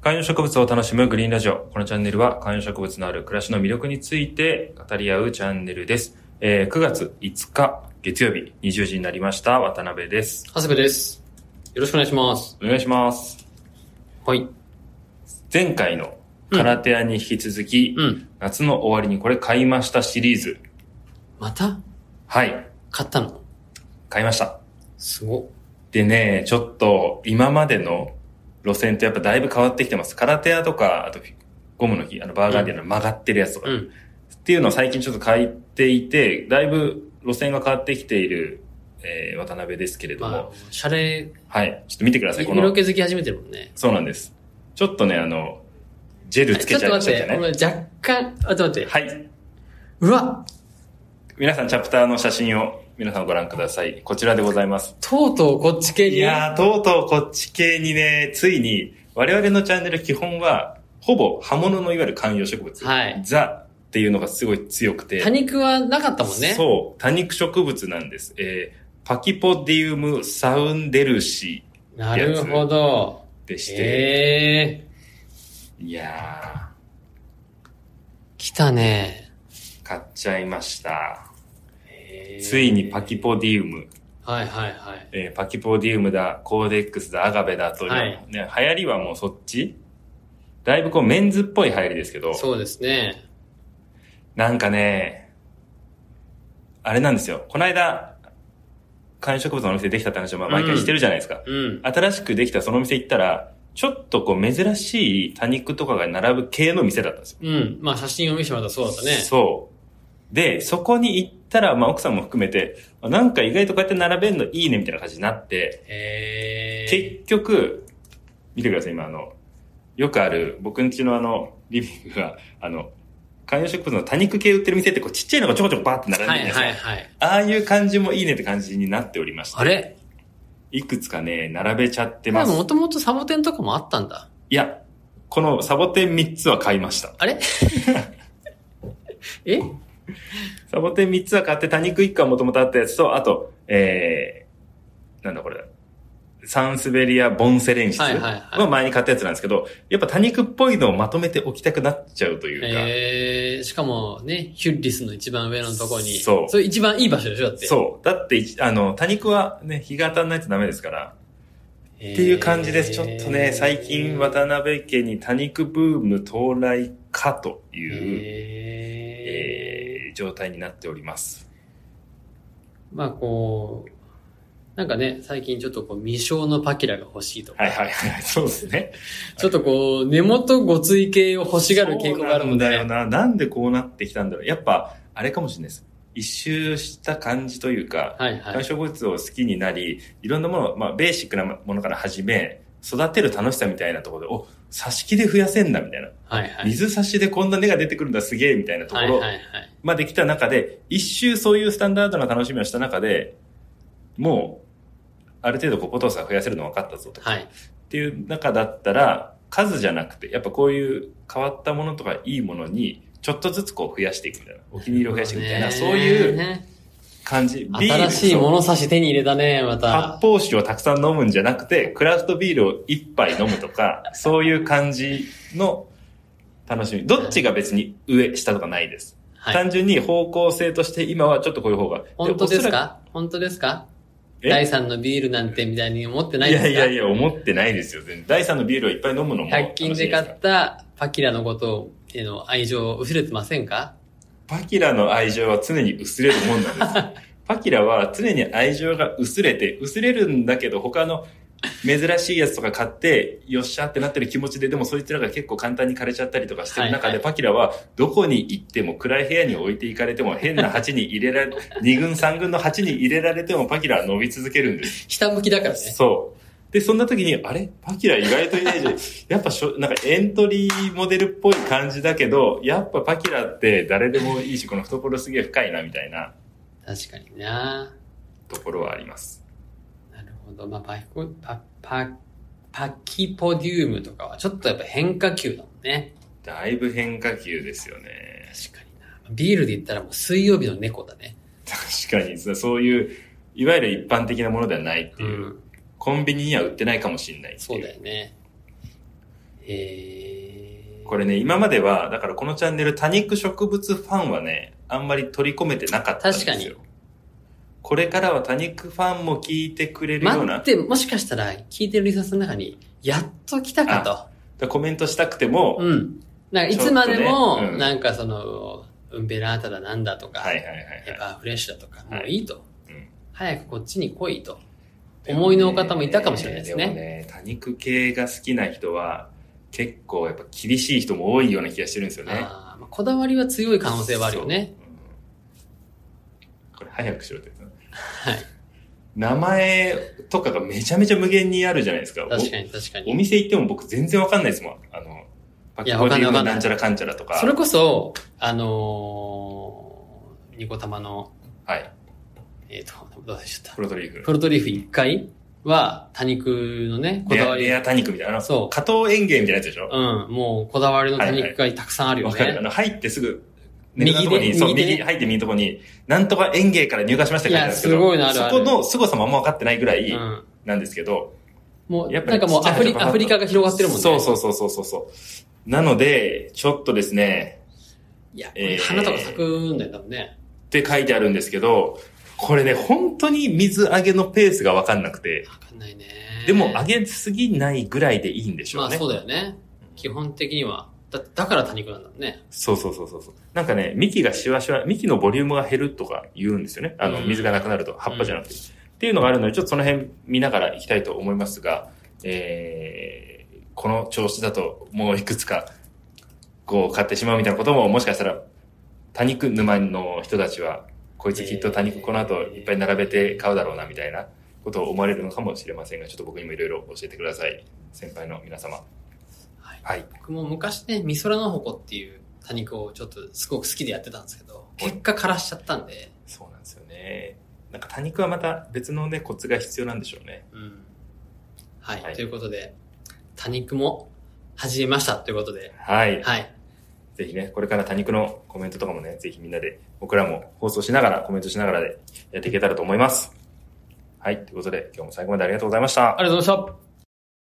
観葉植物を楽しむグリーンラジオ。このチャンネルは観葉植物のある暮らしの魅力について語り合うチャンネルです。えー9月5日月曜日20時になりました。渡辺です。長谷部です。よろしくお願いします。お願いします。はい。前回の空手屋に引き続き、うん。夏の終わりにこれ買いましたシリーズ。またはい。買ったの買いました。すご。でね、ちょっと今までの路線とやっぱだいぶ変わってきてます。空手屋とか、あとゴムの木、あのバーガーディアの曲がってるやつとか、うっん。ていうのを最近ちょっと書いていて、だいぶ路線が変わってきている、えー渡辺ですけれども、まあ、シャレ、はい。ちょっと見てください。こ色の、気づき始めてるもんね。そうなんです。ちょっとね、あの、ジェルつちけょっちゃといま待しって、たね。俺若干、あ、ちょっと待って。はい。うわ皆さん、チャプターの写真を皆さんご覧ください。こちらでございます。とうとうこっち系に。いやー、とうとうこっち系にね、ついに、我々のチャンネル基本は、ほぼ刃物のいわゆる観葉植物。はいザっていうのがすごい強くて。多肉はなかったもんね。う。そう。多肉植物なんです。えー、パキポディウムサウンデルシなるほど。でして。ええいやー。来たね。ー、買っちゃいました。えーついにパ。キポディウム。はいはいはい。えーパキポディウムだ、コーデックスだ、アガベだという、はいね、流行りはもうそっちだいぶこうメンズっぽい流行りですけど。そうですね。なんかね、あれなんですよ。この間、観葉植物のお店できたって話をまあ毎回してるじゃないですか。うん。新しくできたそのお店行ったら、ちょっとこう珍しい多肉とかが並ぶ系の店だったんですよ。うん。まあ、写真を見せてもらったらそうだったね。そう。で、そこに行ったら、まあ奥さんも含めて、あなんか意外とこうやって並べるのいいねみたいな感じになって、ええー。結局、見てください、今あの、よくある、僕ん家のあの、リビングが、あの、観葉植物の多肉系売ってる店ってこうちっちゃいのがちょこちょこバーって並んではるんいですよ。はいはい。ああいう感じもいいねって感じになっておりました。あれいくつかね、並べちゃってままあ、す。もともとサボテンとかもあったんだ。いや、このサボテン3つは買いました。あれえサボテン3つは買って、多肉1貫もともとあったやつと、あと、えー、なんだこれサンスベリア・ボンセレンシスはいはいはいの前に買ったやつなんですけど、やっぱ多肉っぽいのをまとめておきたくなっちゃうというか、えー、しかもね、ヒュッリスの一番上のとこに。そうれ一番いい場所でしょだって。う。そう。だっていち、あの、多肉はね、日が当たんないとダメですから、っていう感じです。ちょっとね、最近渡辺家に多肉ブーム到来かという、ええー状態になっております。ー、まあこう、なんかね、最近ちょっとこう未生のパキラが欲しいとか、はいはいはい、そうですね。ちょっとこう根元ごつい系を欲しがる傾向があるもんそうね。なんだよな。なんでこうなってきたんだろう。やっぱ、あれかもしれないです。一周した感じというか、はいは観い。賞物を好きになり、いろんなもの、まあ、ベーシックなものから始め、育てる楽しさみたいなところで、お、挿し木で増やせんだ、みたいな。はいはい。水挿しでこんな根が出てくるんだ、すげえ、みたいなとこはいろはいはい。まで来た中で、一周そういうスタンダードな楽しみをした中で、もう、ある程度こう、ポトさん増やせるの分かったぞとか、はい。っていう中だったら、数じゃなくて、やっぱこういう変わったものとかいいものに、ちょっとずつこう増やしていくみたいな。お気に入りを増やしていくみたいな、そういうね感じ。新しいものの差し手に入れたね、また発。泡酒をたくさん飲むんじゃなくて、クラフトビールを一杯飲むと か、そういう感じの楽しみ。どっちが別に上、下とかないです。はい。単純に方向性として今はちょっとこういう方が。本当ですおそらくか本当ですかえ第三のビールなんてみたいに思ってないいですかやいやいや、思ってないですよ。全然第3のビールをいっぱい飲むのも楽しい100ですから。均で買ったパキラのことへの愛情を薄れてませんかパキラの愛情は常に薄れるもんなん です。パキラは常に愛情が薄れて、薄れるんだけど他の珍しいやつとか買って、よっしゃってなってる気持ちで、でもそいつらが結構簡単に枯れちゃったりとかしてる中はいで、はパキラはどこに行っても暗い部屋に置いていかれても、変な鉢に入れられ、2軍3軍の鉢に入れられてもパキラは伸び続けるんです。下向きだからね。そう。で、そんな時に、あれパキラ意外といないじゃん。 やっぱしょ、なんかエントリーモデルっぽい感じだけど、やっぱパキラって誰でもいいし、この懐すげえ深いな、みたいな確かになところはあります。なるほど。まあ、パキコパ、パ、パキポディウムとかはちょっとやっぱ変化球だもんね。だいぶ変化球ですよね。確かになビールで言ったらもう水曜日の猫だね。確かに、そそういう、いわゆる一般的なものではないっていう、。コンビニには売ってないかもしれないっていうそうだよね。えへーこれね、今までは、だからこのチャンネル、多肉植物ファンはね、あんまり取り込めてなかったんですよ。確かにこれからは多肉ファンも聞いてくれるよう待なっ、て、もしかしたら聞いてるリサさんの中に、やっと来たかコメントしたくても、と。うん。なんかいつまでも、ちょっとねうんなんかその、ウンベラータだなんだとか、はいはいはいエはい。バーフレッシュだとか、はいもういいと、うん早くこっちに来いと。思いの方もいたかもしれないですねでもね、多肉系が好きな人は、結構やっぱ厳しい人も多いような気がしてるんですよね。あーまあこだわりは強い可能性はあるよね。そう。うんこれ早くしろってやつねはい。名前とかがめちゃめちゃ無限にあるじゃないですか。確かに確かおおに。店行っても僕全然わかんないですもん。あの、パいキやボディわのかんないわかんないなんちゃらかんちゃらとか。それこそ、あのー、ニコ玉の、はい。えっ、と、どうでしたプロトリープフ。ロトリーフ1回は、多肉のね、こレだアわりレア多肉みたいな。あのそう加藤園芸みたいなやつでしょうん、もうこだわりの多肉がたくさんあるよわね。かるあの、入ってすぐ、ネタの右でとこに、そう、右でね右、入って右のとこに、なんとか園芸から入荷しましたって書いてあるんですけど、いやすごいのあるあるそこの凄さもあんま分かってないぐらいうん。なんですけど、もう、やっぱなりんかもうアフちっリちゃいアフリカが広がってるもんね。そうそうそうそうそうそう。なので、ちょっとですね、いや、こえれー花とか咲くんだよ、多分ね。って書いてあるんですけど、これね、本当に水揚げのペースが分かんなくて、わかんないね。でも揚げすぎないぐらいでいいんでしまょうあね。そうだよね。基本的には。だ、だから多肉なんだもんね。そうそうそうそうそう。なんかね、幹がシワシワ、幹のボリュームが減るとか言うんですよね。あの、うん水がなくなると、葉っぱじゃなくて。っていうのがあるので、ちょっとその辺見ながらいきたいと思いますが、えー、この調子だともういくつか、こう買ってしまうみたいなことも、もしかしたら、多肉沼の人たちは、こいつきっと多肉この後いっぱい並べて買うだろうな、みたいなことを思われるのかもしれませんが、ちょっと僕にもいろいろ教えてください。先輩の皆様。はい。はい。僕も昔ね、ミソラノホコっていう多肉をちょっとすごく好きでやってたんですけど、結果枯らしちゃったんで、そうなんですよね。なんか多肉はまた別のね、コツが必要なんでしょうね。うん。はい。はいということで、多肉も始めましたということで、はい。はい。ぜひね、これから多肉のコメントとかもね、ぜひみんなで、僕らも放送しながら、コメントしながらでやっていけたらと思います。はい。ということで、今日も最後までありがとうございました。ありがとうございました。